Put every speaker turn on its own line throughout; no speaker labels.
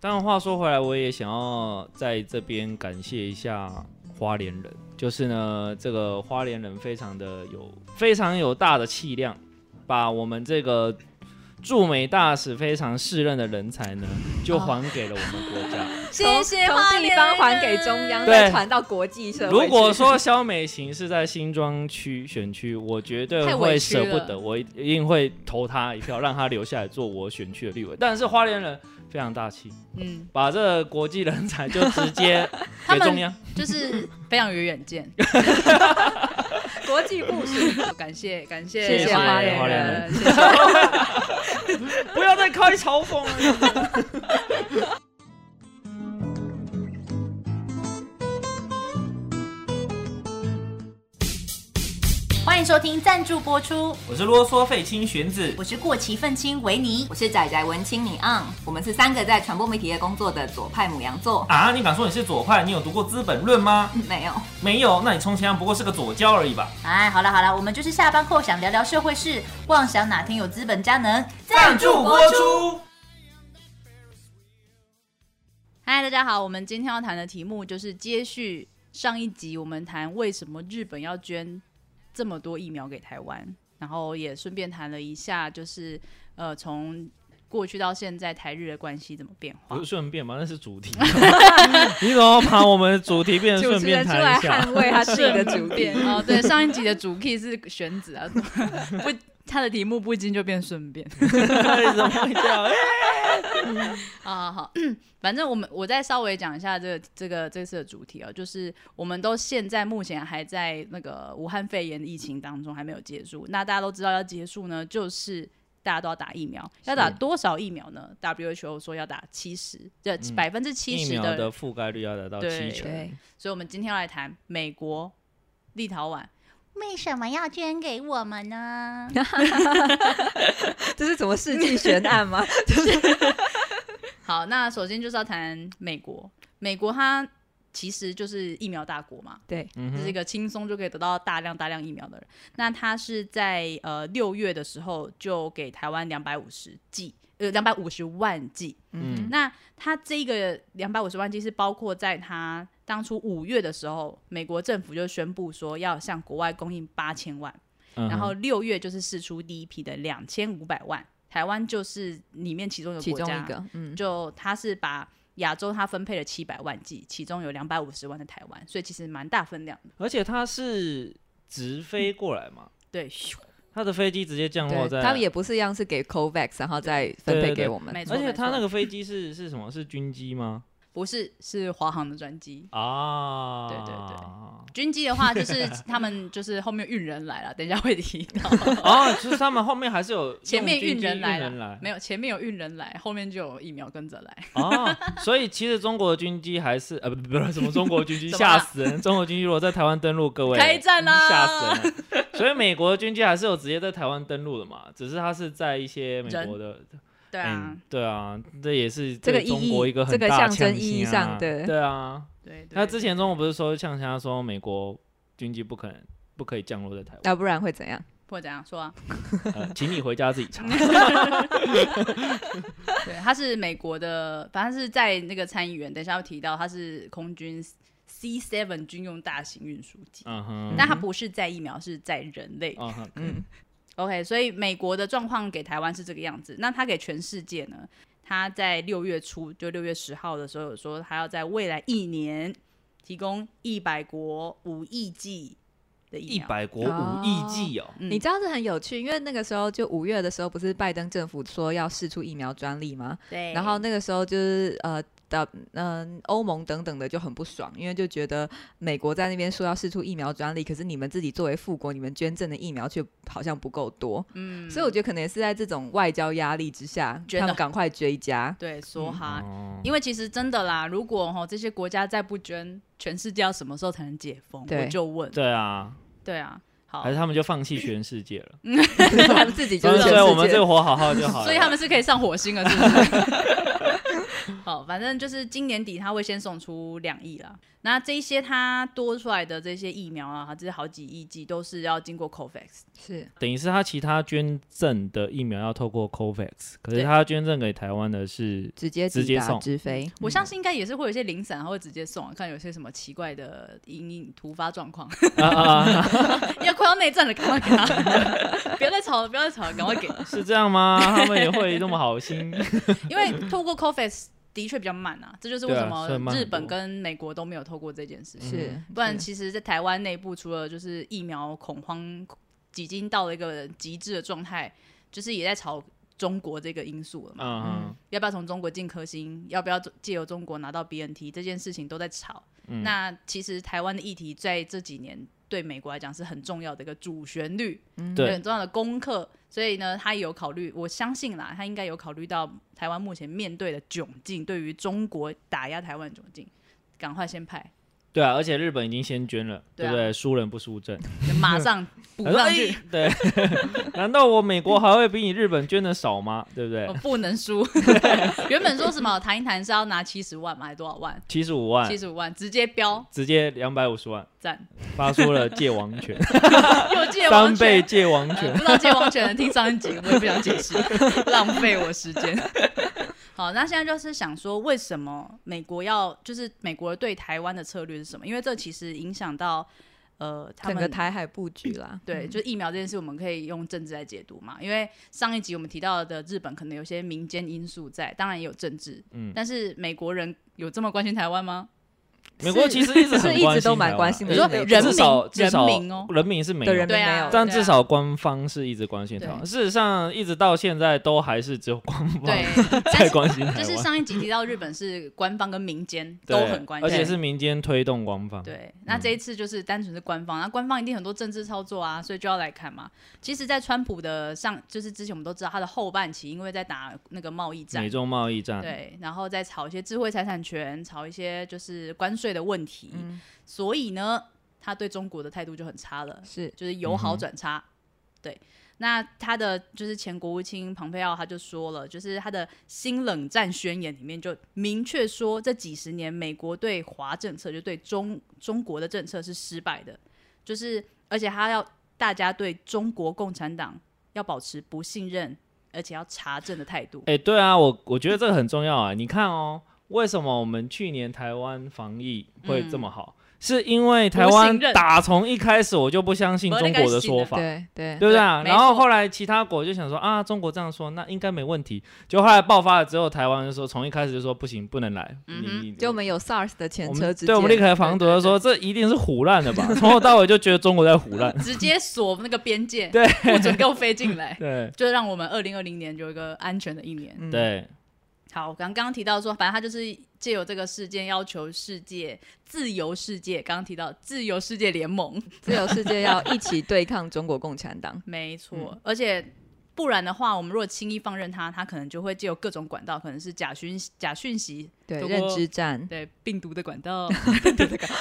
当然话说回来，我也想要在这边感谢一下花莲人，就是呢，这个花莲人非常的有非常有大的气量，把我们这个驻美大使非常适任的人才呢，就还给了我们国家。
谢谢花
从地
莲
方还给
人
中央，
对
再传到国际社会去。
如果说肖美琴是在新庄区选区，我绝对
太
会
委屈
舍
了
不得，我一定会投他一票，让他留下来做我选区的立委。但是花莲人非常大气，
嗯，
把这个国际人才就直接
他
给
们
中央。
就是非常有远见。
国际部署，
感谢感谢
谢谢花
莲人
人，谢谢
不要再开嘲讽了。
欢迎收听赞助播出，
我是啰嗦废青玄子，
我是过期愤青维尼。
我是仔仔文青你昂，我们是三个在传播媒体业工作的左派母羊座，
啊，你敢说你是左派？你有读过《资本论》吗？
没有。
没有，那你充其量不过是个左交而已吧。
哎，好了好了，我们就是下班后想聊聊社会事，妄想哪天有资本家能赞助播出。
出。
嗨，大家好，我们今天要谈的题目就是接续上一集，我们谈为什么日本要捐这么多疫苗给台湾，然后也顺便谈了一下，就是呃，从过去到现在台日的关系怎么变化
不是。顺便吗？那是主题。 你怎么把我们的主题变成
主
顺
持
便
人出
谈
来
一下？
捍卫他自己的主
变
见。
哦，对，上一集的主 key 是选子啊， 不，他的题目不禁就变顺 便。
怎么会这 样？
啊，好，反正我们我再稍微讲一下这个这个这次的主题哦，就是我们都现在目前还在那个武汉肺炎的疫情当中还没有结束。那大家都知道要结束呢，就是大家都要打疫苗，要打多少疫苗呢WHO 说要打七十，这
嗯
百分之七
疫
十
苗
的
的
人。
覆盖率要达到
对
七成。
对，
所以我们今天要来谈美国、立陶宛。
为什么要捐给我们呢？
这是什么世纪悬案吗？
好，那首先就是要谈美国，美国它其实就是疫苗大国嘛，
对，
嗯
就是一
哼，
个轻松就可以得到大量大量疫苗的人。那他是在呃六月的时候就给台湾两百五十剂，呃两百五十万剂。
嗯，
那他这个两百五十万剂是包括在他当初五月的时候，美国政府就宣布说要向国外供应八千万，
嗯哼
然后六月就是试出第一批的两千五百万，台湾就是里面其中一个
其
国家，
中一个，嗯，
就他是把。亚洲他分配了七百万剂，其中有两百五十万在台湾，所以其实蛮大分量的。
而且它是直飞过来嘛，
对，
它的飞机直接降落在。
对，他们也不是一样，是给 COVAX，然后再分配给我们。
没错，
而且它
没错
那个飞机是是什么？是军机吗？
不是是华航的专机。
啊，
对对军机的话，就是 他们就是后面运人来了，等一下会提到。
对。哦，就是他们后面还是有
前面
用军
运
机
人来
运
了，
人来
没有前面有运人来，后面就有疫苗跟着来。
哦，所以其实中国的军机还是呃不不不是什么中国军 机
怎么
吓
了
死人，中国军机如果在台湾登陆，各位
开战啦
吓死人了。所以美国的军机还是有直接在台湾登陆的嘛，只是它是在一些美国的，
对啊
嗯，，对啊，这也是
这个
对
意
中国
义
一个
这
很
个
大的
象征
呛
意义
声啊
上的
对啊。
对对。
那之前中国不是说呛他说美国军机不可能不可以降落在台湾，
要不然会怎样？
或者怎样说啊？
呃，请你回家自己 查。
对，他是美国的，反正是在那个参议员，等一下要提到，他是空军 C 7军用大型运输机，
嗯哼，
但他不是在疫苗，是在人类。
嗯哼，
嗯，
OK，所以美国的状况给台湾是这个样子，那他给全世界呢？他在六月初，就六月十号的时候有说，他要在未来一年提供一百国五亿剂的疫
一
苗。
百国五亿剂哦，
嗯
你知道这很有趣，因为那个时候就五月的时候，不是拜登政府说要试出疫苗专利吗？
对，
然后那个时候就是呃的嗯、欧盟等等的就很不爽，因为就觉得美国在那边说要试出疫苗专利，可是你们自己作为富国，你们捐赠的疫苗却好像不够多，
嗯，
所以我觉得可能也是在这种外交压力之下，
觉
他
得
们赶快追 加。
对说
嗯
哈，
哦
啊因为其实真的啦，如果吼这些国家再不捐，全世界要什么时候才能解封？
对
我就问，
对啊，
对啊。好
还， 是他们就放弃全世界了？
他们自己就
所
是
以
全
所以我们
世
这
界
个活好好就好了。
所以他们是可以上火星了，是 不是？好，反正就是今年底他会先送出两亿啦。那这一些他多出来的这些疫苗啊，这些好几亿剂都是要经过 COVAX。
是
等于是他其他捐赠的疫苗要透过 COVAX，可是
对
他捐赠给台湾的 是
直接
直
抵
接
达
送
直飞。
我相信应该也是会有一些零散，他会直接
嗯
送啊，看有些什么奇怪的隐隐突发状况，
啊啊啊，
要快要内战了，赶快给他， 不要再吵了，不要再吵了，赶快给。
啊 是这样吗？他们也会那么好 心？
因为透过 COVAX 的确比较慢啊，这就是为
对啊
什么
所以慢很
日本
多
跟美国都没有透过这件事情。
是，
嗯不然
是
其实，在台湾内部，除了就是疫苗恐慌已经到了一个极致的状态，就是也在吵中国这个因素了嘛。
嗯
要不要从中国进科兴？要不要借由中国拿到 BNT？这件事情都在吵。
嗯
那其实台湾的议题在这几年对美国来讲是很重要的一个主旋律，
对
很重要的功课。所以呢，他也有考虑，我相信啦，他应该有考虑到台湾目前面对的窘境，对于中国打压台湾的窘境，赶快先派，
对啊，而且日本已经先捐了，
对
对
啊
不对？输人不输阵，
马上补上去。
哎 对，难道我美国还会比你日本捐的少吗？对不对
我？哦不 能输。原本说什么谈一谈是要拿七十万嘛，还是多少万？
七十五万
七，十五万直接标
直接两百五十万，
赞，
发出了戒王权，
又 借王
三倍
权。
戒王
呃
权
不。知道借王权的听上一集，我也不想 解释，浪费我时间。 好，那现在就是想说，为什么美国要就是美国对台湾的策略是什么？因为这其实影响到呃他
整
们
个台嗯海布局啦。
对，就疫苗这件事，我们可以用政治来解读嘛。因为上一集我们提到的日本可能有些民间因素在，当然也有政治。
嗯
但是美国人有这么关心台湾吗？
美国其实一直
是
很
一直都
台
蛮
湾
关心
你
的
至
说
没有
人
至少
民
至少
人民哦
人民是没有
的人民
对啊
没有
但
对
至少官方是一直关心台湾。
对
事实上，一直到现在都还是只有官方，
对 但
在
是
关心台
就
湾，
是上一集提到日本是官方跟民间都
对
很关
而
心
且。是民间推动官方。
对，那这一次就是单纯是官
嗯
方，那官方一定很多政治操作啊，所以就要来看嘛。其实，在川普的上，就是之前我们都知道他的后半期，因为在打那个贸易战
美，中贸易战，
对，然后再炒一些智慧财产权，炒一些就是关税的问题，
嗯
所以呢，他对中国的态度就很差了，
是
就是由好转差。对，那他的就是前国务卿庞佩奥他就说了，就是他的新冷战宣言里面就明确说，这几十年美国对华政策就对中中国的政策是失败的，就是而且他要大家对中国共产党要保持不信任，而且要查证的态度。
哎、对啊，我我觉得这个很重要啊。你看哦，为什么我们去年台湾防疫会这么好？是因为台
嗯不
湾
信任
打从一开始我就不相信
不
中
那个
国的
信
说
任
法，
对对
对不对啊？
对没
然后
错
后来其他国就想说啊，中国这样说，那应该没问题。就后来爆发了之后，台湾就说从一开始就说不行，不能来，
嗯
你
哼，
你
就我们有 SARS 的前
我
车
们
之鉴，
对我们立刻防堵的说，这一定是胡乱的吧？从头到尾就觉得中国在胡乱
直接锁那个边界，
对，
不准给我飞进来，
对
就让我们二零二零年有一个安全的一年。
嗯
对，
好，我刚刚提到说，反正他就是借由这个事件要求世界自由世界，刚刚提到自由世界联盟，。
自由世界要一起对抗中国共产党
没错，
嗯
而且。不然的话，我们如果轻易放任他，他可能就会借由各种管道，可能是假讯假讯息，
对，
中
认
国
知战
对病毒的管 道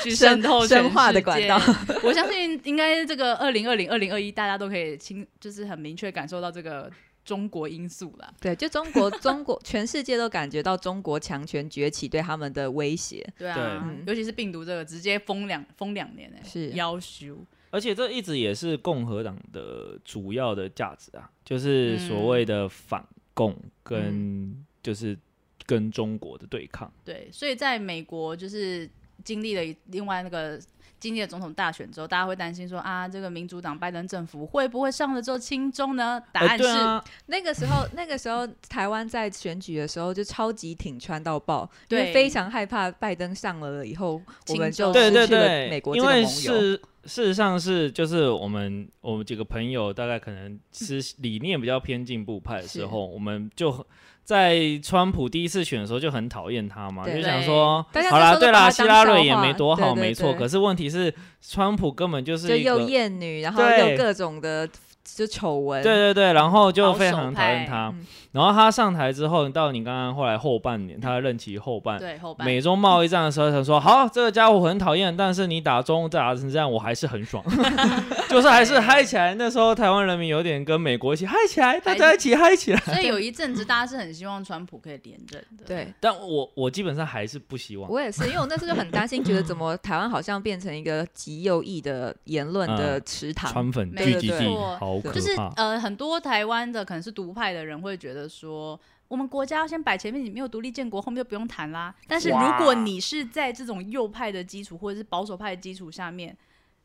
去渗透
生
全
化的
世
管
界
道。
我相信应该这个二零二零、二零二一，大家都可以清，就是很明确感受到这个中国因素啦。
对，就中国，中国全世界都感觉到中国强权崛起对他们的威胁。
对啊，
对
嗯
尤其是病毒这个，直接封两封两年哎、
是
要求
而且这一直也是共和党的主要的价值啊，就是所谓的反共跟就是跟中国的对抗。
对，所以在美国就是经历了另外那个经历了总统大选之后，大家会担心说啊，这个民主党拜登政府会不会上了之后亲中呢？答
哎
案是、
对啊，
那个时候，那个时候台湾在选举的时候就超级挺川到爆，因
对
为非常害怕拜登上了以后，我们
亲中
就
对对
失去了
对，
美国这
因
个盟
为
友。
事事实上是就是我们我们几个朋友大概可能是理念比较偏进步派的时候，我们就很在川普第一次选的时候就很讨厌他嘛，
对
就想说
大家
好
那时
啦，
候都
对
把
啦，
他
希
当
拉
笑
瑞也
话
没多好，
对对
没错。
对
可是问题是，川普根本就是
就
一个
又厌女，然后
对
又各种的就丑闻，
对对对，然后就
保
非
守
常讨厌
派
他
嗯。
然后他上台之后，到你刚刚后来后半年，他的任期后半，
对后半
美中贸易战的时候，他说：“好，这个家伙很讨厌，但是你打中打成这样，我还是很爽， 就是还是嗨起来。”那时候台湾人民有点跟美国一起嗨起来，大家一起嗨起来。
所以有一阵子大家是很希望川普可以连任的。
对。
但我我基本上还是不希望。
我也是，因为我那时候就很担心，觉得怎么台湾好像变成一个极右翼的言论的池
嗯
塘。
川粉
没
聚集
错
地，好可
对
怕。
就是呃，很多台湾的可能是独派的人会觉得说，我们国家要先摆前面，你没有独立建国，后面就不用谈啦。但是如果你是在这种右派的基础或者是保守派的基础下面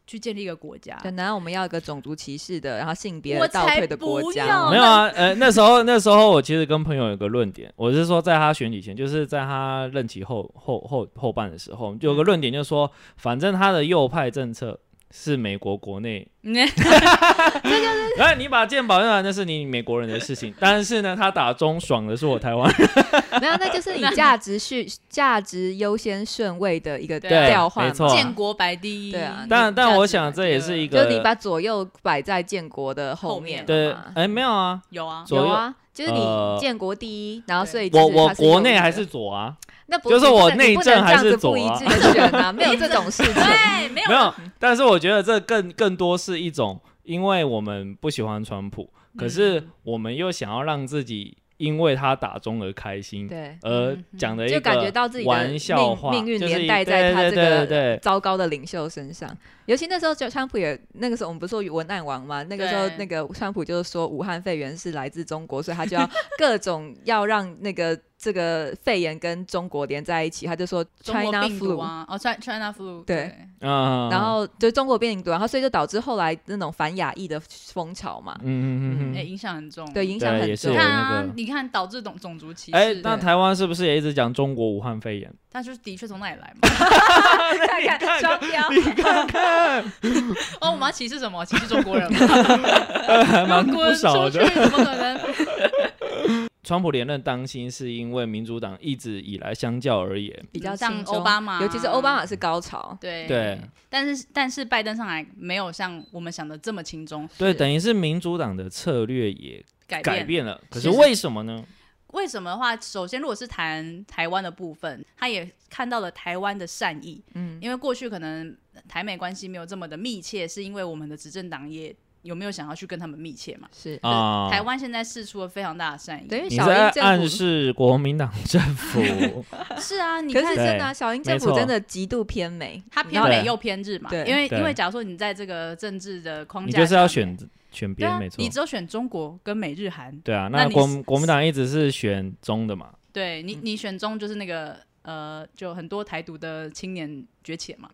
去建立一个国家，
对，难道我们要一个种族歧视的，然后性别
我
倒
才
退的国
不
家
要
吗？
没有啊，呃，那时候那时候我其实跟朋友有个论点，我是说在他选举前，就是在他任期后后后后半的时候，就有个论点，就是说反正他的右派政策是美国国内， 来你把健保用来那是你美国人的事情，但是呢，他打中爽的是我台湾 人，
没有，那就是你价值是价值优先顺位的一个
对啊
调换
没
嘛
错。
建国白第一。
对啊
哦但但我想这也是一
就是你
个
把左右摆在建国的后面
后
对
了嘛，
哎没有啊，
有啊，
左
有
右
啊，就是你
呃
建国第一，然后所以
我
其实
我
它是
国
右翼
内还
的
是左啊，
那不
就是
你不
我
能
内
你不
政
能
还
这样
是
子
左
不一
啊
致的选啊，没有这种 事情。
对，没 有啊
没有，
啊
但是我觉得这更更多是一种，因为我们不喜欢川普，
嗯
可是我们又想要让自己因为他打中而开心，
对，嗯
而讲的一
就感觉
个
到自己的
玩笑话，
命命运
就是
连
一
带在他
对
这
对
个
对对
糟糕的领袖身上。尤其那时候，就川普也那个时候，我们不是说文案王嘛？那个时候，
对
那个川普就是说武汉肺炎是来自中国，所以他就 要各种要让那个这个肺炎跟中国连在一起，他就说
中国
China
病毒
flu，、
啊，哦，China China flu，
对
对，
对，嗯，
然后就中国病毒，然后所以就导致后来那种反亚裔的风潮 嘛，
嗯嗯嗯
哎，
嗯，
影响很重。
对，影响
对
很
也是
你
重
有。
看
那
啊
个，
你看导致种种族歧
哎，
视，
那
对
台湾是不是也一直讲中国武汉肺炎？
他就是的确从那里来嘛。
看看双标，
哦，我们要歧视什么？歧视中国人 吗？
还呃蛮
滚
不少
出去，
的。
怎么可能？
川普连任当心是因为民主党一直以来相较而言，
比较
像
轻松
奥巴马啊
尤其是奥巴马是高潮，
对
对。
但是但是拜登上来没有像我们想的这么轻松，
对，
是
等于是民主党的策略也
改
改
变。
变了。可
其
是
实
为什么呢？
为什么的话，首先如果是谈台湾的部分，他也看到了台湾的善意，
嗯，
因为过去可能台美关系没有这么的密切，是因为我们的执政党也有没有想要去跟他们密切嘛？
是。
啊，
台湾现在试出了非常大的善意，
等于
你
小英
在
政
暗
府
示国民党政 府
是啊，你
可
看
是真的啊、小英政
没
府
错
真的极度偏美，
他
你
偏
知道
美
对
又偏日嘛，
对
因为
对
因为假如说你在这个政治的框
你
架，
就是要选，选
对
边，
啊
没，错
你。只有选中国跟美日韩，
对啊，
那
那
你
国
是
国民党一直是选中的嘛，
对你
嗯
你选中就是那个呃，就很多台独的青年崛起嘛，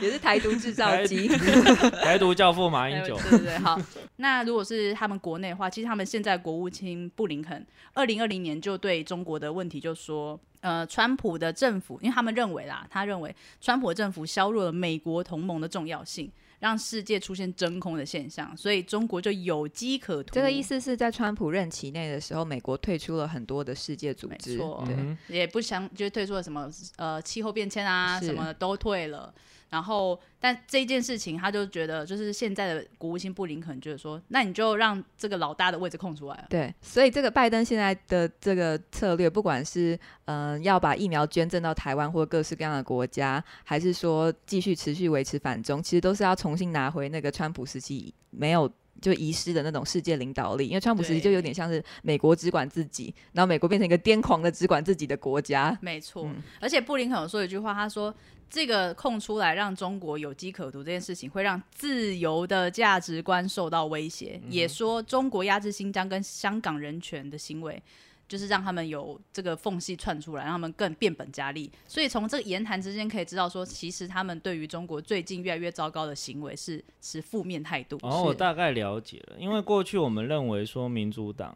也是台独制造 机，
台独教父马
哎
英九
对。对对，好。那如果是他们国内的话，其实他们现在国务卿布林肯，二零二零年就对中国的问题就说，呃，川普的政府，因为他们认为啦，他认为川普的政府削弱了美国同盟的重要性。让世界出现真空的现象，所以中国就有机可图。
这个意思是在川普任期内的时候，美国退出了很多的世界组织
没错，
对，
嗯
也不想就是退出了什么呃气候变迁啊
是
什么的都退了，然后但这件事情他就觉得就是现在的国务卿布林肯就是说，那你就让这个老大的位置空出来啊，
对，所以这个拜登现在的这个策略，不管是嗯、呃要把疫苗捐赠到台湾或各式各样的国家，还是说继续持续维持反中，其实都是要重新拿回那个川普时期没有。就遗失的那种世界领导力，因为川普时期就有点像是美国只管自己，然后美国变成一个癫狂的只管自己的国家，
没错。
嗯
而且布林肯有说一句话，他说这个空出来让中国有机可图这件事情，会让自由的价值观受到威胁，也说中国压制新疆跟香港人权的行为。就是让他们有这个缝隙窜出来，让他们更变本加厉。所以从这个言谈之间可以知道说，其实他们对于中国最近越来越糟糕的行为是持负面态度。
然后哦我
是
大概了解了，因为过去我们认为说民主党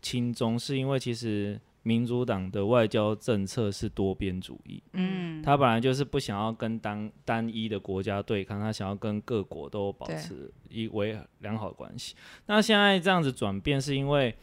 亲中，是因为其实民主党的外交政策是多边主义，
嗯，
他本来就是不想要跟单单一的国家对抗，他想要跟各国都保
对
持一为良好的关系。那现在这样子转变，是因为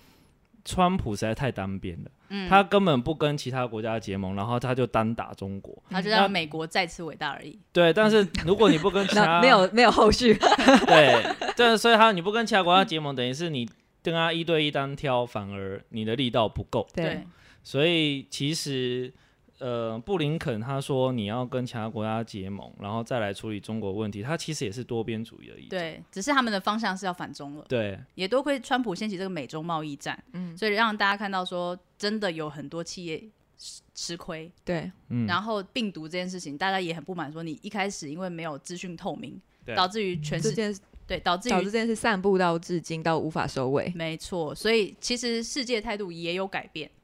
川普实在太单边了，
嗯，
他根本不跟其他国家结盟，然后他就单打中国。
他就
那
让美国再次伟大而已。
对，但是如果你不 跟其
嗯那
他
没有没有后续，
对，对，所以他你不跟其他国家结盟，等于是你跟他一对一单挑，反而你的力道不够。
对，
所以其实，呃，布林肯他说你要跟其他国家结盟，然后再来处理中国问题，他其实也是多边主义的一种。
对，只是他们的方向是要反中了，
对
也多亏川普掀起这个美中贸易战，
嗯，
所以让大家看到说，真的有很多企业吃吃亏。
对，
嗯，
然后病毒这件事情，大家也很不满，说你一开始因为没有资讯透明，
对
导致于全
这
世界
件
对导致
导致
于
这件事散布到至今到无法收尾，
没错，所以其实世界态度也有改变。
呃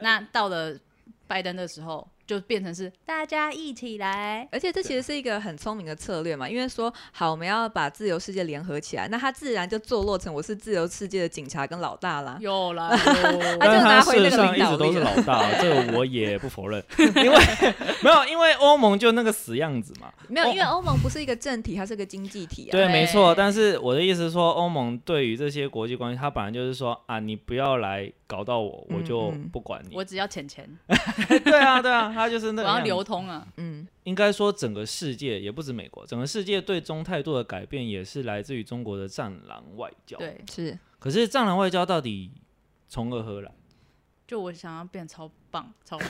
那到了拜登的时候，就变成是大家一起来，
而且这其实是一个很聪明的策略嘛，因为说好我们要把自由世界联合起来，那他自然就坐落成我是自由世界的警察跟老大啦。
有 了，
他就
但是
拿
他
回
事
那个
实上一
领导
直都
力
是
了
老大，这个我也不 否认，因为没有，因为欧盟就那个死样子嘛。
没有，
哦
因为欧盟不是一个政体，它是个经济体啊。
对，没错。
对
但是我的意思是说，欧盟对于这些国际关系，他本来就是说啊，你不要来搞到我，我
嗯
就
嗯
不管你。
我只要钱钱，
对啊，对啊，他就是那
我
个样
要
子。
流通啊，
嗯，
应该说，整个世界也不止美国，整个世界对中态度的改变，也是来自于中国的战狼外交。，
对，
是
可是战狼外交到底从何而来？
就我想要变超棒、超 棒、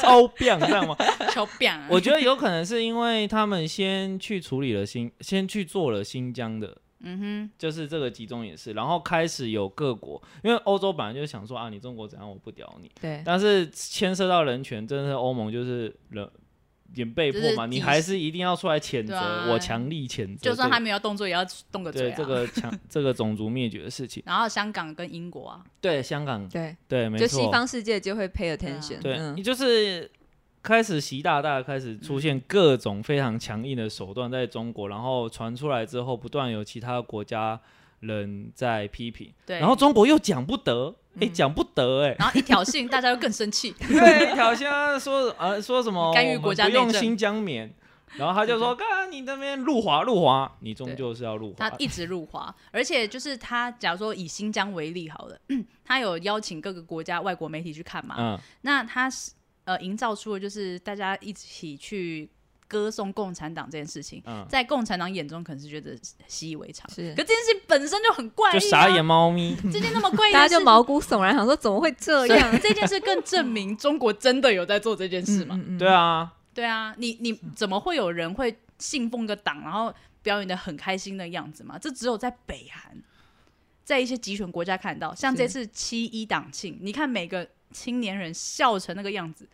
超变，你知道 吗？
超棒、啊，
我觉得有可能是因为他们先去处理了新，先去做了新疆的，
嗯
就是这个集中也是，然后开始有各国，因为欧洲本来就想说啊，你中国怎样，我不屌你，
对，
但是牵涉到人权，真的是欧盟就是人。也被迫嘛，
就是
你还是一定要出来谴责，
对啊
我强力谴责这个。
哼，就算他没有动作，也要动个嘴
对
啊。
这个强这个种族灭绝的事情，
然后香港跟英国啊，
对香港，
对，
对没
就西
错，
方世界就会 pay attention，
对，
嗯
你就是开始习大大开始出现各种非常强硬的手段在中国，然后传出来之后，不断有其他国家人在批评，
对，
然后中国又讲不得，哎、讲不得、哎。
然后一挑衅，大家就更生气，
对，挑衅说呃说什么
干预
我们
国家
不
内
用
政
新疆棉，然后他就说，看你那边入华入华，你终
对
究是要入华
他
的。
一直入华，而且就是他，假如说以新疆为例好了， 他有邀请各个国家外国媒体去看嘛，
嗯，
那他是呃营造出的就是大家一起去歌颂共产党这件事情，
嗯
在共产党眼中可能是觉得习以为常，
是
可这件事情本身就很怪异、
就
啊，
傻眼，猫 咪。
这件那么怪异的事情，
大家就毛骨悚然，想说怎么会这
所以
样？
这件事更证明中国真的有在做这件事嘛？
嗯，嗯嗯
对啊，
对啊，你你怎么会有人会信奉个党，然后表演的很开心的样子嘛？这只有在北韩，在一些集权国家看到，像
是
这次七一党庆，你看每个青年人笑成那个样子，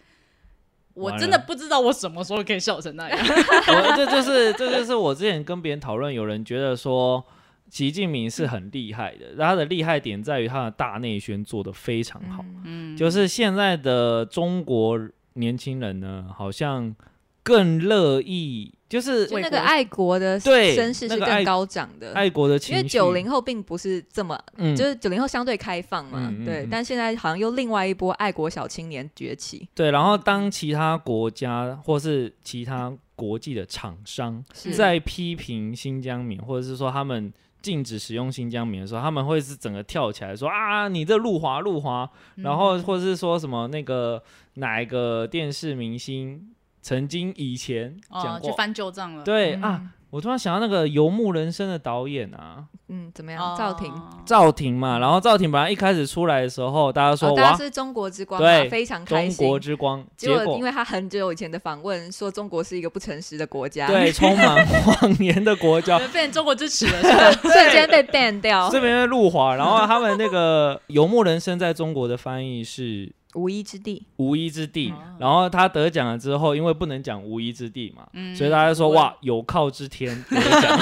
我
完
真的
了
不知道我什么时候可以笑成那 样。
我这就是这就是我之前跟别人讨论，有人觉得说习近平是很厉害的，他的厉害点在于他的大内宣做得非常好，
嗯
嗯，
就是现在的中国年轻人呢，好像更乐意，就是
就那
为
个
国
爱国的
对
声势
那
是
个
更
爱
高涨的，
爱国的情
因
绪，
为九零后并不是这么，
嗯
就，是九零后相对开放嘛，
嗯嗯
对
嗯，
但现在好像又另外一波爱国小青年崛起，
对，然后当其他国家或是其他国际的厂商
是
在批评新疆棉，或者是说他们禁止使用新疆棉的时候，他们会是整个跳起来说啊，你这入华入华，然
嗯
后
嗯
或者是说什么那个哪一个电视明星曾经以前
哦
讲，
去
过，
翻旧账了。
对、
嗯
啊，，我突然想到那个《游牧人生》的导演啊，
嗯，怎么
哦，
样？赵婷，
赵婷嘛，然后赵婷本来一开始出来的时候，大家说、
哦，大家
哇，
是中国之光嘛，
对
非常开
中国
心。
之光，
结果因为他很久以前的访问说中国是一个不诚实的国家，
对，充满谎言的国家
你。们变成中国之耻了，是吧？
瞬间被 ban 掉
这，边入华，然后他们那个《游牧人生》在中国的翻译是
无一之地。
无一之地
哦，
然后他得奖了之后，因为不能讲无一之地嘛，
嗯
所以大家说
我
哇有靠之天得奖，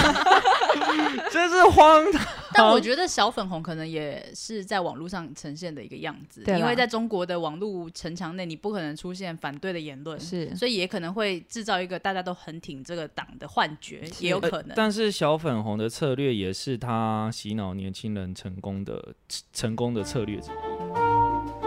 真是荒唐。
但我觉得小粉红可能也是在网络上呈现的一个样子，
对啦
因为在中国的网络城墙内，你不可能出现反对的言论，
是
所以也可能会制造一个大家都很挺这个党的幻觉，
是
也有可
呃
能。
但是小粉红的策略也是他洗脑年轻人成功的成功的策略之一。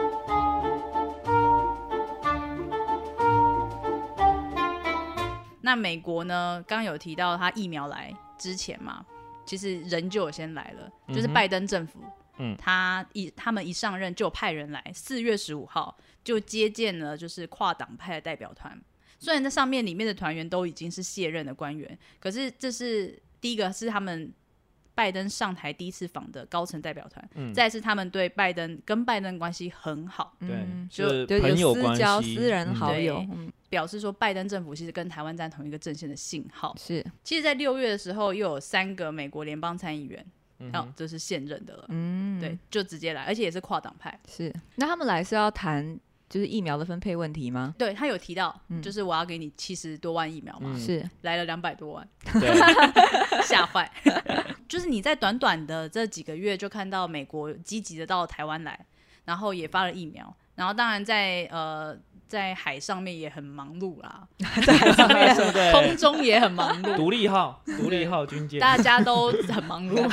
那美国呢？刚刚有提到他疫苗来之前嘛，其实人就有先来了，就是
嗯哼
拜登政府
嗯
他一他们一上任就有派人来，四月十五号就接见了就是跨党派的代表团。虽然那上面里面的团员都已经是卸任的官员，可是这是第一个是他们拜登上台第一次访的高层代表团，
嗯
再是他们对拜登跟拜登关系很好，
对
嗯，
是
就
朋友
有私
关
交、
系，
私人
嗯
好友
对，
嗯，
表示说拜登政府其实跟台湾站同一个阵线的信号。
是，
其实，在六月的时候，又有三个美国联邦参议员，
嗯
哦
哼，
这是现任的了，
嗯，
对，，就直接来，而且也是跨党派。
是。那他们来是要谈就是疫苗的分配问题吗？
对他有提到，
嗯
就是我要给你七十多万疫苗嘛，
嗯
是，
来了两百多万，
对，
吓坏。 就是你在短短的这几个月就看到美国积极的到台湾来，然后也发了疫苗，然后当然在呃在海上面也很忙碌啦，空
对，
中也 很忙碌，
独立号，独立号军舰
大家都很忙碌。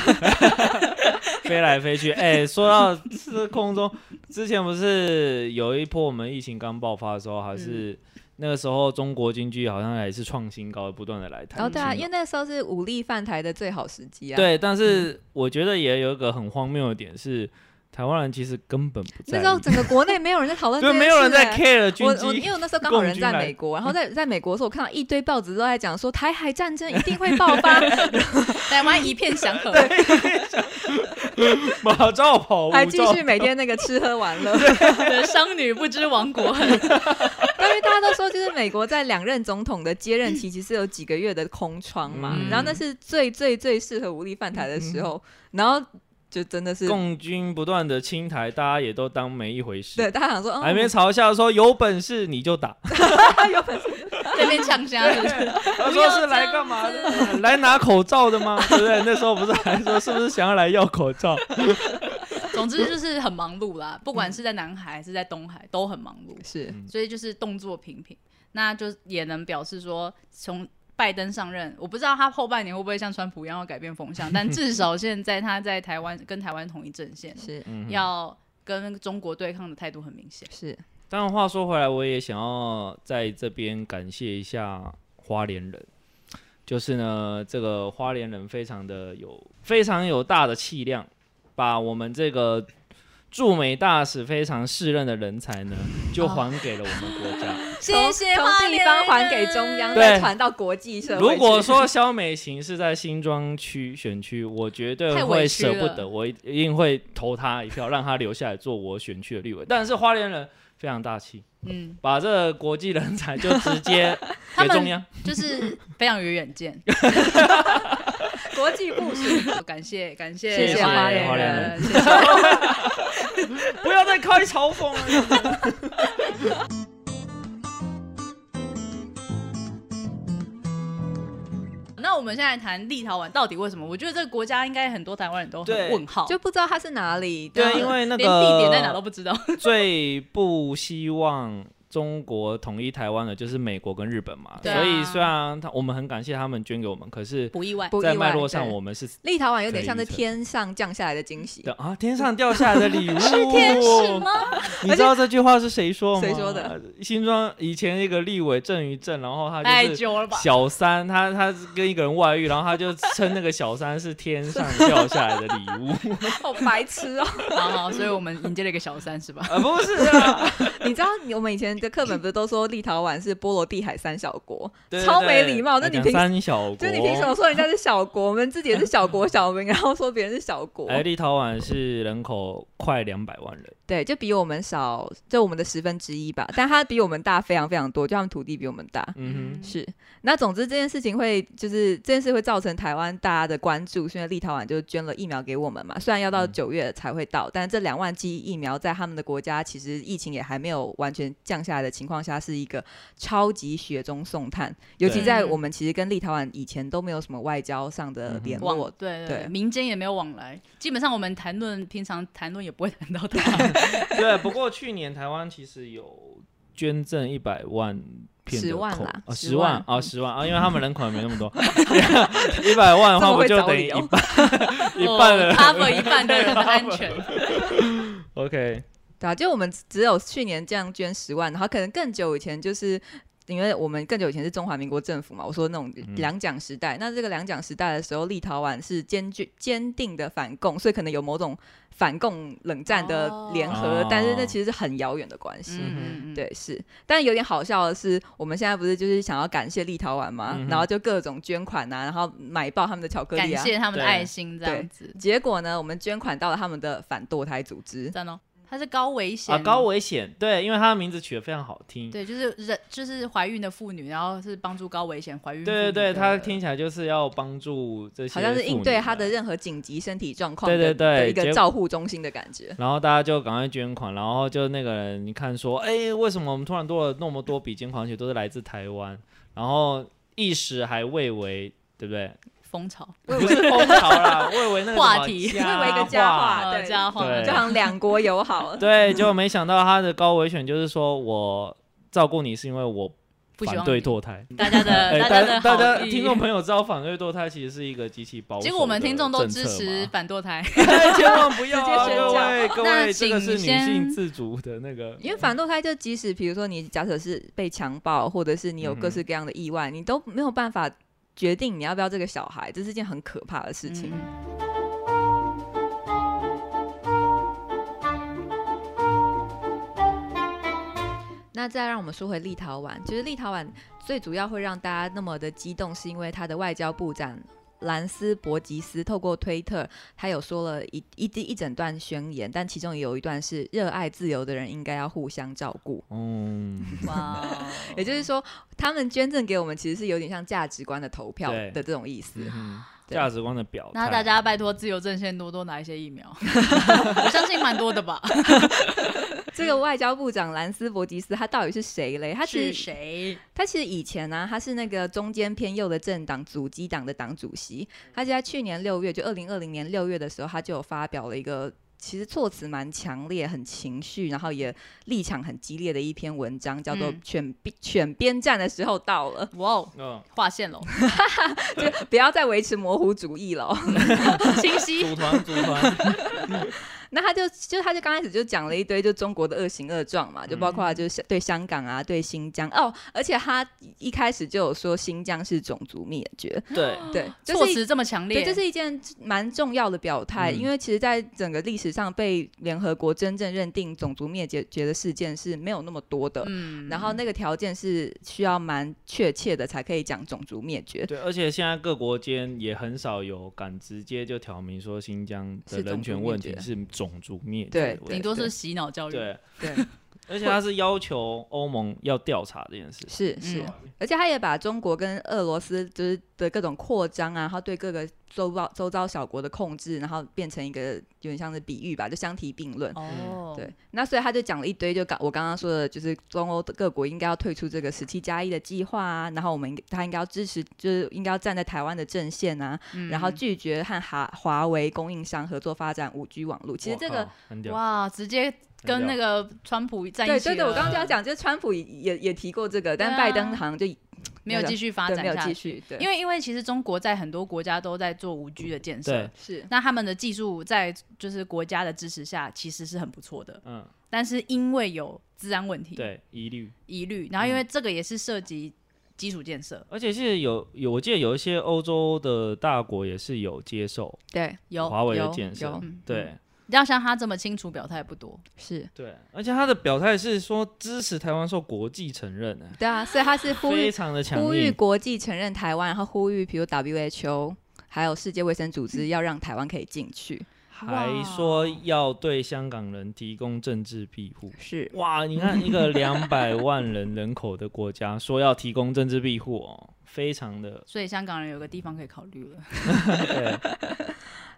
飞来飞去。哎、说到是空中，之前不是有一波我们疫情刚爆发的时候，还
嗯
是、那个时候中国经济好像也是创新高，不断的来
然
谈
后
新的。
对啊，因为那时候是武力犯台的最好时机啊。，
对，但是我觉得也有一个很荒谬的点是，台湾人其实根本不在
那
意，
时 候整个国内没有人在讨论这
就
件事欸，
没有人在 care 军
我我因
机。
为我那时候刚好人
共军
在
来嗯
美国，然后在在美国的时候，我看到一堆报纸都在讲说台海战争一定会爆 发，
台湾一片祥和，
马照跑，
还
舞
继
照
续每天那个吃喝玩 乐。
呃商女不知亡国 恨。
但因为大家都说，就是美国在两任总统的接任期其实有几个月的空窗嘛，
嗯
然后那是最最最适合武力犯台的时候，然后就真的是
嗯共军不断的清台，大家也都当没一回事
对。大家想说，嗯，
还没嘲笑说有本事你就打，
这边呛 虾是不是？
他说是来干嘛 的？来拿口罩的吗？对不对？那时候不是还说是不是想要来要口 罩？
总之就是很忙碌啦，不管是在南海还是在东海都很忙碌，
是
所以就是动作频频，那就也能表示说从。拜登上任，我不知道他后半年会不会像川普一样要改变风向，但至少现在他在台湾跟台湾同一阵线，
是
嗯哼
要跟中国对抗的态度很明显。
是，
但话说回来，我也想要在这边感谢一下花莲人，就是呢，这个花莲人非常的有非常有大的气量，把我们这个驻美大使非常适任的人才呢，就还给了我们国家。
谢谢
从
花
从
莲
地
人
方还给中央，
对
再传到国际社会去。
如果说肖美琴是在新庄区选区，我绝对
太委
会
屈
舍不
了
得，我一定会投他一票，让他留下来做我选区的立委。但是花莲人非常大气，
嗯，
把这个国际人才就直 接
他
给
们
中央。
就是非常有远见。
国际部署，
感谢感谢
谢谢花
莲
人，
人
谢谢
不要再开嘲讽了。
那我们现在谈立陶宛到底为什么？我觉得这个国家应该很多台湾人都很
对
问号，
就不知道它是哪里。
对，啊因为那
呃连地点在哪都
个
不知道。
最不希望中国统一台湾的就是美国跟日本嘛，
对
所
啊
以虽然他我们很感谢他们捐给我们，可是
不意外，
不意
在
外
脉络上
对
我们是
立陶宛有点像是
可以
天上降下来的惊喜，
啊天上掉下来的礼物是
天使吗？
你知道这句话是谁说吗？
谁说的？
新庄以前一个立委郑于正，然后 他
哎
太
就是
久了吧？
小三，他他是跟一个人外遇，然后他就称那个小三是天上掉下来的礼 物，
好白痴 哦！
好好，所以我们迎接了一个小三，是吧？
啊不是啊，
你知道我们以前的课本不是都说立陶宛是波罗的海三小国？
对对
超没
对
礼貌那
还
你
讲
平时
三小国，
就你凭什么说人家是小国？我们自己也是小国小民，然后说别人是小国，
哎，立陶宛是人口快两百万人，
对，就比我们少，就我们的十分之一吧。但它比我们大非常非常多，就他们土地比我们大。
嗯哼，
是，那总之这件事情会就是这件事会造成台湾大家的关注，是因为立陶宛就捐了疫苗给我们嘛。虽然要到
嗯
九月才会到，但这两万剂疫苗在他们的国家其实疫情也还没有完全降下来的情况下，是一个超级雪中送炭。尤其
对
在我们其实跟立陶宛以前都没有什么外交上
嗯
的联
往
络，
对
对
民间也没有往来，基本上我们谈论平常谈论也不会谈到它。
对。不过去年台湾其实有捐赠一百万片的
10万
口
啦
哦
10
十
万嗯
万啊，十万啊，因为他们人口也没那么多， 一百万的话
这么
不
会
就
找
等于
理
一
由
半 一半的
哦
人
cover 一半的人的嗯安全，
？OK，
哦对啊，就我们只有去年这样捐十万，然后可能更久以前就是因为我们更久以前是中华民国政府嘛，我说那种
嗯
两蒋时代，那这个两蒋时代的时候，立陶宛是坚决坚定的反共，所以可能有某种反共冷战的联合，
哦
但是那其实是很遥远的关系。
嗯嗯嗯，
对，是，但有点好笑的是，我们现在不是就是想要感谢立陶宛嘛，
嗯哼
然后就各种捐款呐、然后买爆他们的巧克
感
力啊。
谢他们
对
的爱心这样子，
结果呢，我们捐款到了他们的反堕胎组织，
真的哦，它是高危险
啊，高危险，对，因为他的名字取得非常好听。
对，就是人就是怀孕的妇女，然后是帮助高危险怀孕妇女
对
的，
对对，他听起来就是要帮助这些，啊
好像是应对他的。任何紧急身体状况的
对对对
的一个
结
照护中心的感觉。
然后大家就赶快捐款，然后就那个人，你看说，哎，为什么我们突然多了那么多笔捐款，而且都是来自台湾？然后一时还未为，对不对？
风潮，
不是风潮 啦，未为那个
话
什么
题
佳
未为一个佳
话
话啊
呃
对
加话
对，
就好像两国友好
对，结果没想到他的高维选就是说我照顾你是因为我
不喜
反
望
对堕胎。
大家的
哎
大
大
家的
大家
好意
听众朋友知道反对堕胎其实是一个极其保守的
结
政策吗，
果我们听众都支持反堕胎，
千万不要啊，
直接宣
各
教
位各位，
那
这个是女
请先
性自主的那个，
因为反堕胎就即使比如说你假设是被强暴，或者是你
嗯
有各式各样的意外，你都没有办法决定你要不要这个小孩，这是件很可怕的事情。
嗯
那再让我们说回立陶宛，其实立陶宛最主要会让大家那么的激动，是因为它的外交部长兰斯伯吉斯透过推特，他有说了一一一整段宣言，但其中也有一段是热爱自由的人应该要互相照顾。
嗯，
哇哦，
也就是说，他们捐赠给我们其实是有点像价值观的投票
对
的这种意思。
嗯
对
价值观的表态。
那大家拜托自由阵线多多拿一些疫 苗，我相信蛮多的吧？
这个外交部长兰斯伯吉斯他到底是谁嘞？他其
是
实
谁？
他其实以前呢、他是那个中间偏右的政党阻击党的党主席。他就在去年六月，就二零二零年六月的时候，他就有发表了一个其实措辞蛮强烈、很情绪，然后也立场很激烈的一篇文章，叫做
嗯
“选边选边站的时候到了
哇哦，
嗯，
划线喽，”，
就不要再维持模糊主义了哦。
清晰。
组团组 团，
那他就就他就刚开始就讲了一堆就中国的恶行恶状嘛，就
嗯
包括就是对香港啊、对新疆哦，而且他一开始就有说新疆是种族灭绝，
对，
对， 就
哦措
是一
辞这么强
对，
烈，
这是一件蛮重要的表态，
嗯
因为其实，在整个历史上被联合国真正认定种族灭绝绝的事件是没有那么多的。
嗯
然后那个条件是需要蛮确切的才可以讲种族灭绝，
对，而且现在各国间也很少有敢直接就挑明说新疆的
是种
人
族
权
灭
问
绝
题是种族灭绝
对
的问
对
题，
顶多是洗脑教育，
对
对，
而且他是要求欧盟要调查这件事。
是是，
嗯
而且他也把中国跟俄罗斯就是的各种扩张啊，然后对各个周遭周遭小国的控制，然后变成一个有点像是比喻吧，就相提并论。
嗯
哦，
对，那所以他就讲了一堆，就刚我刚刚说的，就是中欧各国应该要退出这个十七加一的计划啊，然后我们应他应该要支持，就是应该要站在台湾的阵线啊，
嗯
然后拒绝和华华为供应商合作发展五 G 网络。其实
我
这个
靠嗯很屌，
哇，直接跟那个川普站一
对
起了，嗯
对对，我刚刚就要讲，就是川普也也也提过这个，但
对啊
拜登好像就
没有
那个
继续发
对
展
没有
下
继
去，
续，对，
因为因为其实中国在很多国家都在做五 G 的建设
对，
是
那他们的技术在就是国家的支持下其实是很不错的，
嗯，
但是因为有治安问题、
对，嗯疑虑。
疑虑，然后因为这个也是涉及基础建设，
而且是有有，我记得有一些欧洲的大国也是有接受
对，
有
华为的
有
建设
有，
嗯
对
要像他这么清楚表态不多，
是，
对，而且他的表态是说支持台湾受国际承认呢，
对啊，所以 他是呼
非
吁
常的强
呼吁
硬。
国际承认台湾，然后呼吁比如 WHO 还有世界卫生
嗯
组织要让台湾可以进去，
还说要对香港人提供政治庇护。
是
哇，你看一 个两百万人人口的国家说要提供政治庇护哦，非常 的
所以香港人有个地方可以考虑 了，
对，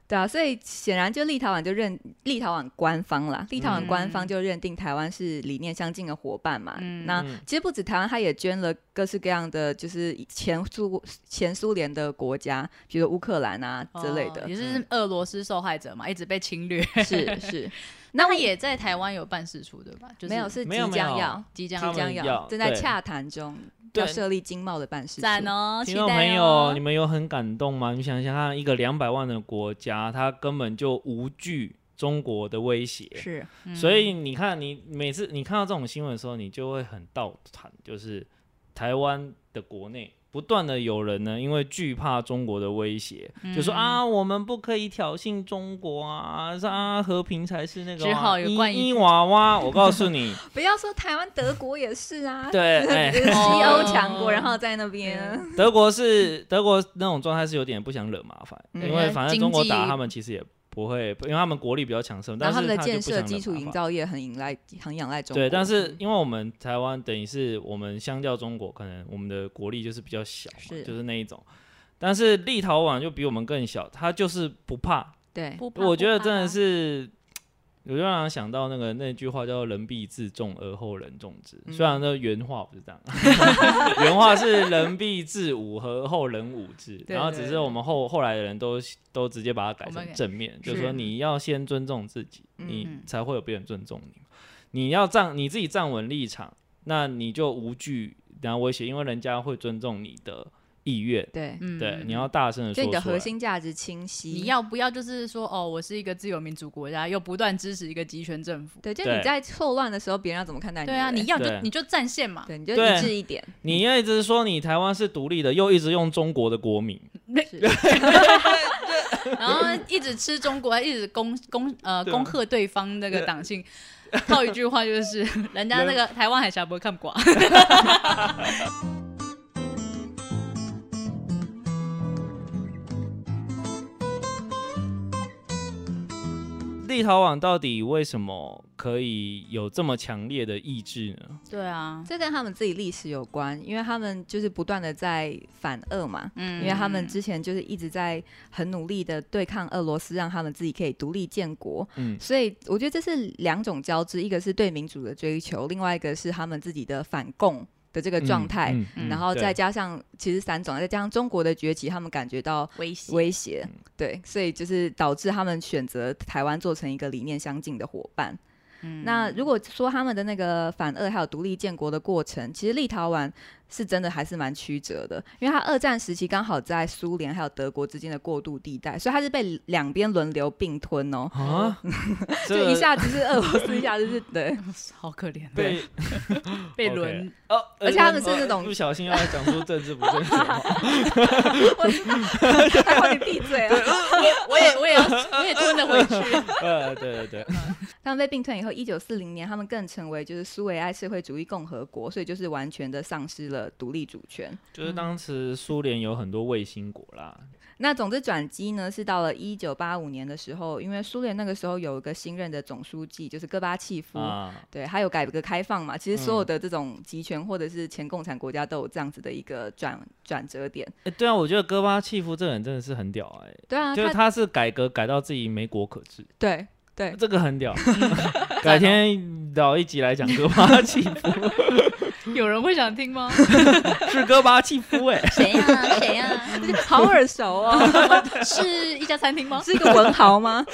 对啊，所以显然就立陶宛就认立陶宛官方啦，立陶宛官方就认定台湾是理念相近的伙伴嘛。
嗯
那
嗯
其实不止台湾，他也捐了各式各样的，就是前苏前苏联的国家，比如乌克兰啊之类
哦
的。
也
嗯
是俄罗斯受害者嘛，一直被侵略，
是是，
那他也在台湾有办事处对吧？就是
没有是
没有
即
没
将
有
要
即
即
他
将
们
将
要
正在
对
洽谈中，要
对
设立经贸的办事处。
赞哦，期
听
待
众朋
哦
友，你们有很感动吗？你想想看，一个两百万的国家，它根本就无惧中国的威胁，
是
嗯
所以你看，你每次你看到这种新闻的时候，你就会很倒谈，就是台湾的国内不断的有人呢，因为惧怕中国的威胁，
嗯
就说啊，我们不可以挑衅中国啊，是啊，和平才是那个、啊。
只好有
伊
冠一
伊娃娃，我告诉 你，
不要说台湾、德国也是啊，
对，哎、
西欧强
哦
国，然后在那边，
德国是德国那种状态是有点不想惹麻烦，
嗯
因为反正中国
经
打
济
他们其实也不会，因为他们国力比较强盛，但
然
是
后他们的
就
建
不想
设
惹
基础
麻
营
烦
造业很依赖，很仰赖中国。
对，但是因为我们台湾等于是我们相较中国，可能我们的国力就是比较小嘛，
是
就是那一种。但是立陶宛就比我们更小，他就是不怕。
对，
不怕
我觉得真的
不怕
是，我就让人想到那个那句话叫“人必自重而后人重之”，
嗯
虽然那原话不是这样， 原话是“人必自侮而后人侮之”，
对
然后
对
只是
对
我们后后来的人都都直接把它改
我们
成
给
正面，就是说
是
你要先尊重自己，
嗯
你
嗯
才会有别人尊重你。你要站你自己站稳立场，那你就无惧人家威胁，因为人家会尊重你的意愿。
对，
嗯
对，
嗯
你要大声的
就
说
你的
出来
核。心价值清晰。
你要不要就是说哦，我是一个自由民主国家，又不断支持一个集权政府？
对，就
对
你在错乱的时候，别人要怎么看待你？
对啊，你
不
要就
对
你就战线嘛，
对，你就
对
一致 一点。
你一直说你台湾是独立的，又一直用中国的国民，
是
然后一直吃中国，一直攻攻呃
对啊
恭贺对方那个
对
党性。套一句话就是， 人家那个台湾海峡不看 寡。
立陶宛到底为什么可以有这么强烈的意志呢？
对啊，
这跟他们自己历史有关，因为他们就是不断的在反俄嘛，
嗯
因为他们之前就是一直在很努力的对抗俄罗斯，让他们自己可以独立建国。
嗯
所以我觉得这是两种交织，一个是对民主的追求，另外一个是他们自己的反共的这个状态。
嗯
嗯
然后再
对
加上其实三种，再加上中国的崛起，他们感觉到
威胁
威胁，
嗯
对，所以就是导致他们选择台湾做成一个理念相近的伙伴。
嗯
嗯
那如果说他们的那个反俄还有独立建国的过程，其实立陶宛是真的还是蛮曲折的，因为它二战时期刚好在苏联还有德国之间的过渡地带，所以它是被两边轮流并吞哦，
啊，这
就
个
一下子是俄罗斯，一下子是 对，
好可怜，啊
被
被
OK
轮
哦，
而且他们是
呃
那种
不小心要讲出政治不正确的话，
我知道，还好你闭嘴啊。
我也我也 要我也吞了回 去。
呃，对对对，
他们被并吞以后，一九四零年他们更成为就是苏维埃社会主义共和国，所以就是完全的丧失了独立主权。
就是当时苏联有很多卫星国啦，
那总之转机呢是到了一九八五年的时候，因为苏联那个时候有一个新任的总书记就是戈巴契夫。
啊，
对，还有改革开放嘛，其实
嗯
所有的这种集权或者是前共产国家都有这样子的一个转转折点。
诶对啊，我觉得戈巴契夫这个人真的是很屌哎、
对啊，
就是
他
他是改革改到自己没国可治，
对对，
这个很屌。 改天聊一集来讲戈巴契夫，
有人会想听 吗？
是戈巴契夫哎、
谁呀谁呀？
好耳熟哦，
是一家餐厅吗？
是一个文豪吗？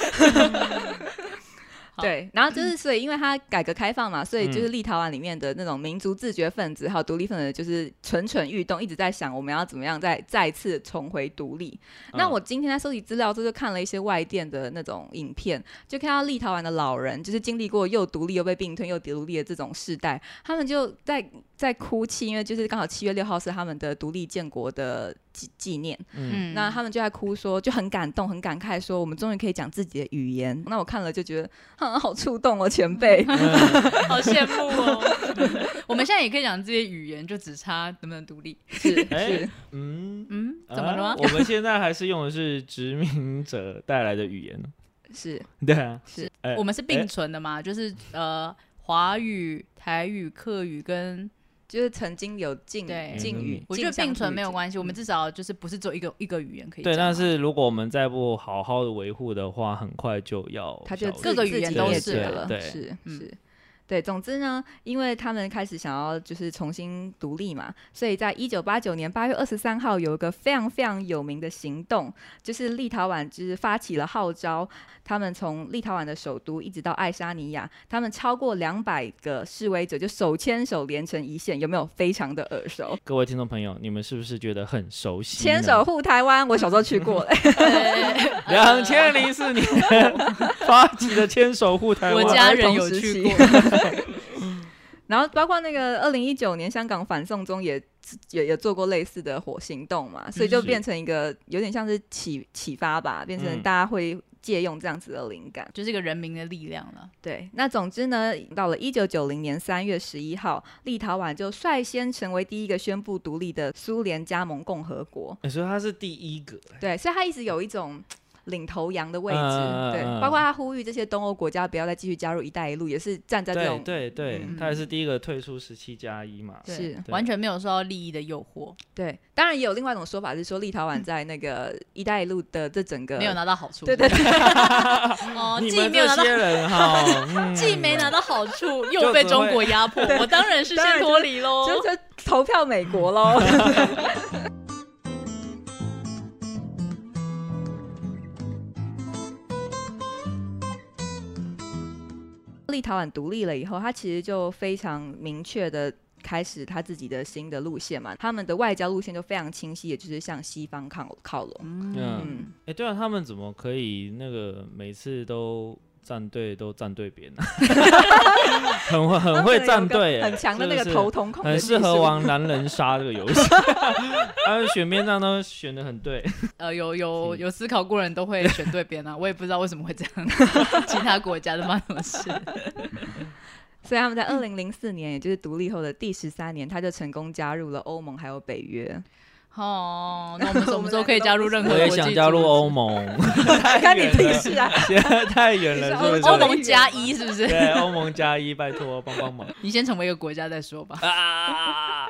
好嗯
对，然后就是所以，因为它改革开放嘛，所以就是立陶宛里面的那种民族自觉分子还有独立分子，就是蠢蠢欲动，一直在想我们要怎么样再再次重回独立。
嗯
那我今天在收集资料之后，就看了一些外电的那种影片，就看到立陶宛的老人，就是经历过又独立又被并吞又独立的这种世代，他们就在在哭泣，因为就是刚好七月六号是他们的独立建国的纪纪念。
嗯，
那他们就在哭说，就很感动，很感慨说，我们终于可以讲自己的语言。那我看了就觉得，啊，好触动哦，前辈。
嗯
好羡慕哦。 我们现在也可以讲这些语言，就只差能不能独立。
是
哎
是，
嗯，
嗯， 怎么了
啊
吗？
我们现在还是用的是殖民者带来的语言呢。
是，
对啊，
是
哎
我们是并
哎
存的嘛，就是呃，华语、台语、客语跟
就是曾经有敬
对
敬语，
我觉得
敬
并
乡
存
语
没有
境
关系，我们至少就是不是只有一个一个语言可以讲
对，
嘛。
但是如果我们再不好好的维护的话，很快就要
他就
消
自
各个语
自己
言都
灭
是
绝
啊
了，
对
是
嗯
是。对，总之呢，因为他们开始想要就是重新独立嘛，所以在一九八九年八月二十三号有一个非常非常有名的行动，就是立陶宛就是发起了号召，他们从立陶宛的首都一直到爱沙尼亚，他们超过两百个示威者就手牵手连成一线，有没有非常的耳熟？
各位听众朋友，你们是不是觉得很熟悉？
牵手，护台湾，我小时候去过，
对
两千零四年发起的牵手护台
我
湾。
家人
儿童
有
时
去
期
过，
然后包括那个二零一九年香港反送中也也也做过类似的火行动嘛，所以就变成一个有点像是启启发吧，变成
嗯
大家会借用这样子的灵感。
就是一个人民的力量了。
对，那总之呢，到了一九九零年三月十一号，立陶宛就率先成为第一个宣布独立的苏联加盟共和国。
你说他是第一个，
对，所以他一直有一种领头羊的位置。
嗯嗯嗯
对，
嗯
包括他呼吁这些东欧国家不要再继续加入“一带一路”，也是站在这
对
种
对对
嗯，
他也是第一个退出十七加一嘛。
对
是
对
完全没有受到利益的诱惑，
对。当然，也有另外一种说法是说，立陶宛在那个“一带一路”的这整个
嗯没有拿到好处。
对对
对，哦，
你
既
们
没有
这
拿到，
些人哈，嗯
既没拿到好处，又
就
被
只
中
会
国压迫，我当然是
当然
先
就
脱离喽。
就就投票美国 喽。立陶宛独立了以后，他其实就非常明确的开始他自己的新的路线嘛，他们的外交路线就非常清晰，也就是向西方靠靠拢。
嗯，
嗯，
哎，对啊，他们怎么可以那个每次都站队都站对边呢？很会
嗯
很会站队，
很强的那
是
个
不是
头瞳孔的
很
技术，
适合玩狼人杀这个游戏，他们选边站都选的很对，
呃，有有
嗯
有思考过的人都会选对边啊，我也不知道为什么会这样， 其他国家都发生什么事？
所以他们在二零零四年，也就是独立后的第十三年，他就成功加入了欧盟还有北约。
哦，那我们什么时候可以加入任何
我
国际
也
组织？
想加入欧盟，
干你屁事啊！
现在太远了，是不是？
欧盟加一是不是？
对，欧盟加一，拜托帮帮忙
你先成为一个国家再说吧。
啊！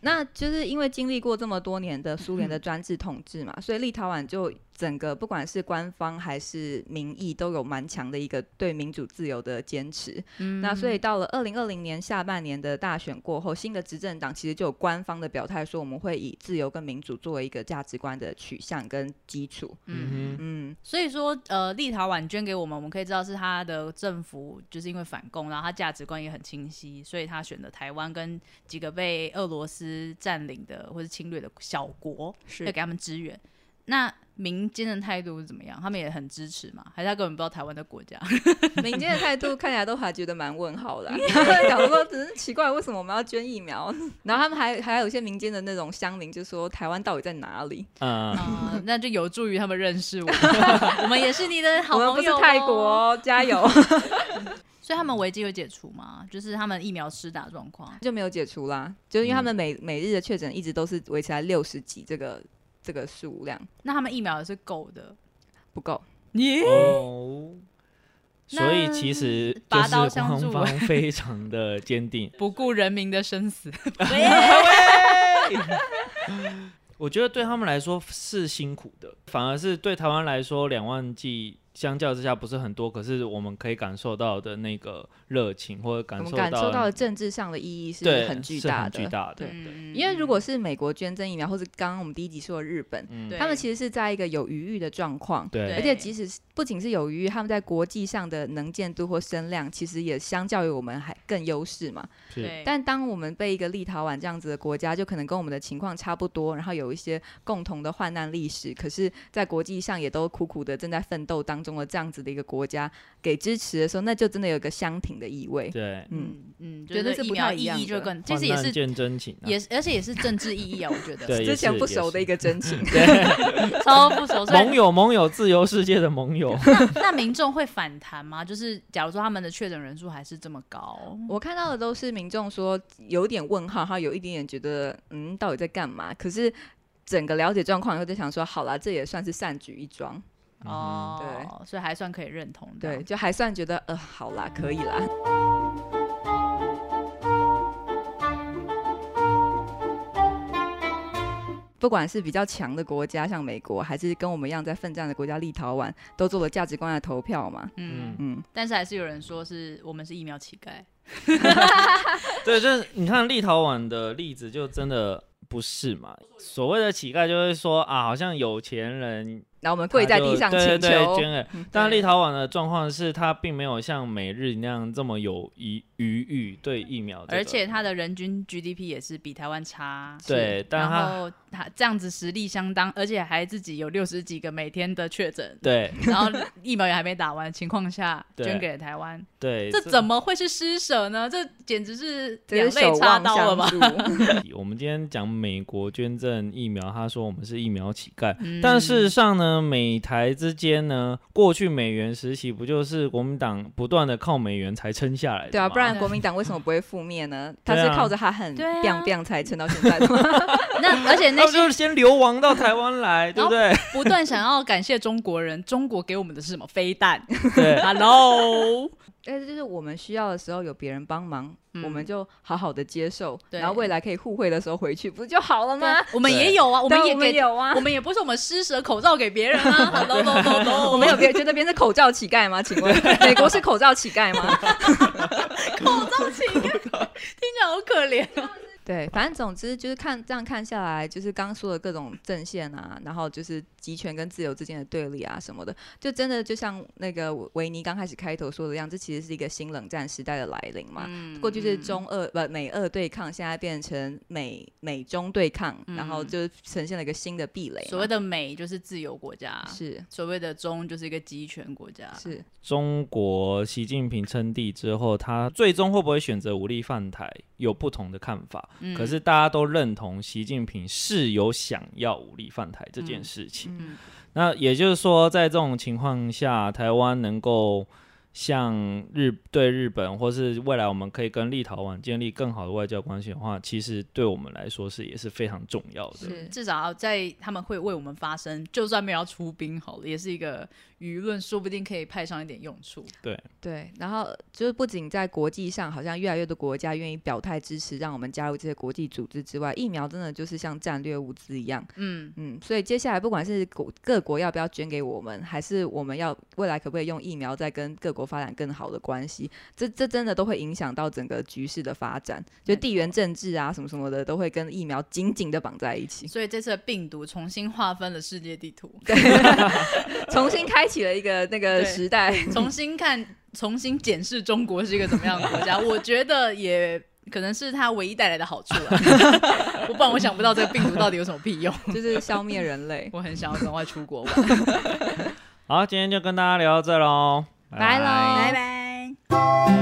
那就是因为经历过这么多年的苏联的专制统治嘛，所以立陶宛就整个不管是官方还是民意都有蛮强的一个对民主自由的坚持。
嗯
那所以到了二零二零年下半年的大选过后，新的执政党其实就有官方的表态说，我们会以自由跟民主作为一个价值观的取向跟基础。
嗯哼，
嗯，
所以说，呃，立陶宛捐给我们，我们可以知道是他的政府就是因为反共，然后他价值观也很清晰，所以他选择台湾跟几个被俄罗斯占领的或是侵略的小国，
是
要给他们支援。那民间的态度是怎么样？他们也很支持嘛？还是他根本不知道台湾的国家？
民间的态度看起来都还觉得蛮问号的、啊，他们想说只是奇怪，为什么我们要捐疫苗？ 然后他们还还有一些民间的那种乡民就说，台湾到底在哪里？
嗯，
啊
嗯， 那就有助于他们认识我 们。我们也是你的好
我
朋友、
们不是泰国、。哦，加油！
所以他们危机有解除吗？就是他们疫苗施打状况。
就没有解除啦，就是因为他们每、每日的确诊一直都是维持在六十几这个这个数量
那他们疫苗也是够的。
不够。
耶、
哦，所以
那
其实就
拔
是
刀相
官
助
方非常的坚 定。
不顾人民的生死。
我觉得对他们来说是辛苦的，反而是对台湾来说，两万剂相较之下不是很多，可是我们可以感受到的那个热情或者
我
感
们
受
感受到
到
的政治上的意义是
对
很巨
是
大的，
巨大的
对，
嗯，
因为如果是美国捐赠疫苗，或是刚刚我们第一集说的日本，
嗯
对
他们其实是在一个有余裕的状况，
对
而且即使是不仅是有余裕，他们在国际上的能见度或声量，其实也相较于我们还更优势嘛。
是
对
但当我们被一个立陶宛这样子的国家，就可能跟我们的情况差不多，然后有一些共同的患难历史，可是，在国际上也都苦苦的正在奋斗当中的这样子的一个国家给支持的时候，那就真的有一个相挺的意味。
对，
嗯，
嗯嗯，
觉得
就是疫
不
苗
太一
意
样
义就
的
更，其实
患
也
难
是
见真情啊，
也是，而且也是政治意义啊，我觉 得
对
之前
嗯也是
不熟的一个真情。
对，
超不熟。所以
盟友盟友，自由世界的盟友，
那民众会反弹吗？就是假如说他们的确诊人数还是这么高，
嗯
我看到的都是民众说有点问号，还有一点点觉得嗯，到底在干嘛？可是整个了解状况以后，就想说好啦，这也算是善举一桩，
哦，所以还算可以认同的。啊
对，，就还算觉得呃，好啦，可以啦。不管是比较强的国家，像美国，还是跟我们一样在奋战的国家立陶宛，都做了价值观的投票嘛。
嗯，
嗯，
嗯，
但是还是有人说是我们是疫苗乞丐，
对，就是你看立陶宛的例子，就真的不是嘛？所谓的乞丐，就会说啊，好像有钱人
然后我们跪在地上
他
请
啊就
求，
对对对捐给
嗯
但
对
立陶宛的状况是，它并没有像美日那样这么有余余哦裕对疫苗、这个嗯
而且他的人均 GDP 也是比台湾差。
对，但
然
它
后他这样子实力相当，而且还自己有六十几个每天的确诊，
对
然后疫苗也还没打完的情况下，
对
捐给了台湾，
对，
这怎么会是施舍呢？这简直是
这
两
是手
肋插
腕
刀了
相
吧？
助。
我们今天讲美国捐赠疫苗，他说我们是疫苗乞丐，
嗯
但事实上呢，美台之间呢，过去美元时期不就是国民党不断的靠美元才撑下来的
对啊，
吗
不然国民党为什么不会覆灭 呢？他
对啊
是靠着他很
对啊
biang biang 才撑到现在 的吗？
那而且
他
那
们
些
就是先流亡到台湾来，对不对？
不断想要感谢中国人，中国给我们的是什么飞弹
对，
？Hello，
但是就是我们需要的时候有别人帮忙，
嗯
我们就好好的接受，
对
然后未来可以互惠的时候回去，不就好了吗？
我们也有啊，我
对
们
啊
也
我们
给，
有啊
我，们也不是我们施舍口罩给别人 啊，Hello no no no，
我们有别觉得别人是口罩乞丐 吗？请问美国是口罩乞丐 吗？
口罩情，听起来好可怜哦。
对，反正总之就是看这样看下来，就是刚说的各种阵线啊，然后就是集权跟自由之间的对立啊什么的，就真的就像那个维尼刚开始开头说的样，这其实是一个新冷战时代的来临嘛。
嗯
过去是中俄不、美俄对抗，现在变成美美中对抗，然后
嗯
就呈现了一个新的壁垒嘛。
所谓的啊美就是自由国家，
是
所谓的中就是一个集权国家，
是
中国习近平称帝之后，他最终会不会选择武力犯台，有不同的看法。
嗯
可是大家都认同习近平是有想要武力犯台这件事情。
嗯
那也就是说，在这种情况下，台湾能够像日对日本，或是未来我们可以跟立陶宛建立更好的外交关系的话，其实对我们来说是也是非常重要的。
是
至少在他们会为我们发声，就算没有要出兵好了，也是一个舆论，说不定可以派上一点用处。
对，然后就是不仅在国际上，好像越来越多国家愿意表态支持，让我们加入这些国际组织之外，疫苗真的就是像战略物资一样，
嗯，
嗯，所以接下来不管是国各国要不要捐给我们，还是我们要未来可不可以用疫苗再跟各国发展更好的关系，这这真的都会影响到整个局势的发展，就
没
地缘政治啊什么什么的都会跟疫苗紧紧的绑在一 起，
所以这次的病毒重新划分了世界地图，
重新开启了一个那个
对
时代。
重新看，重新检视中国是一个怎么样的国 家。我觉得也可能是它唯一带来的好处 了，我不然我想不到这个病毒到底有什么屁用。。
就是消灭人类
我很想要赶快出国玩。
好，今天就跟大家聊到这喽，
拜喽
拜。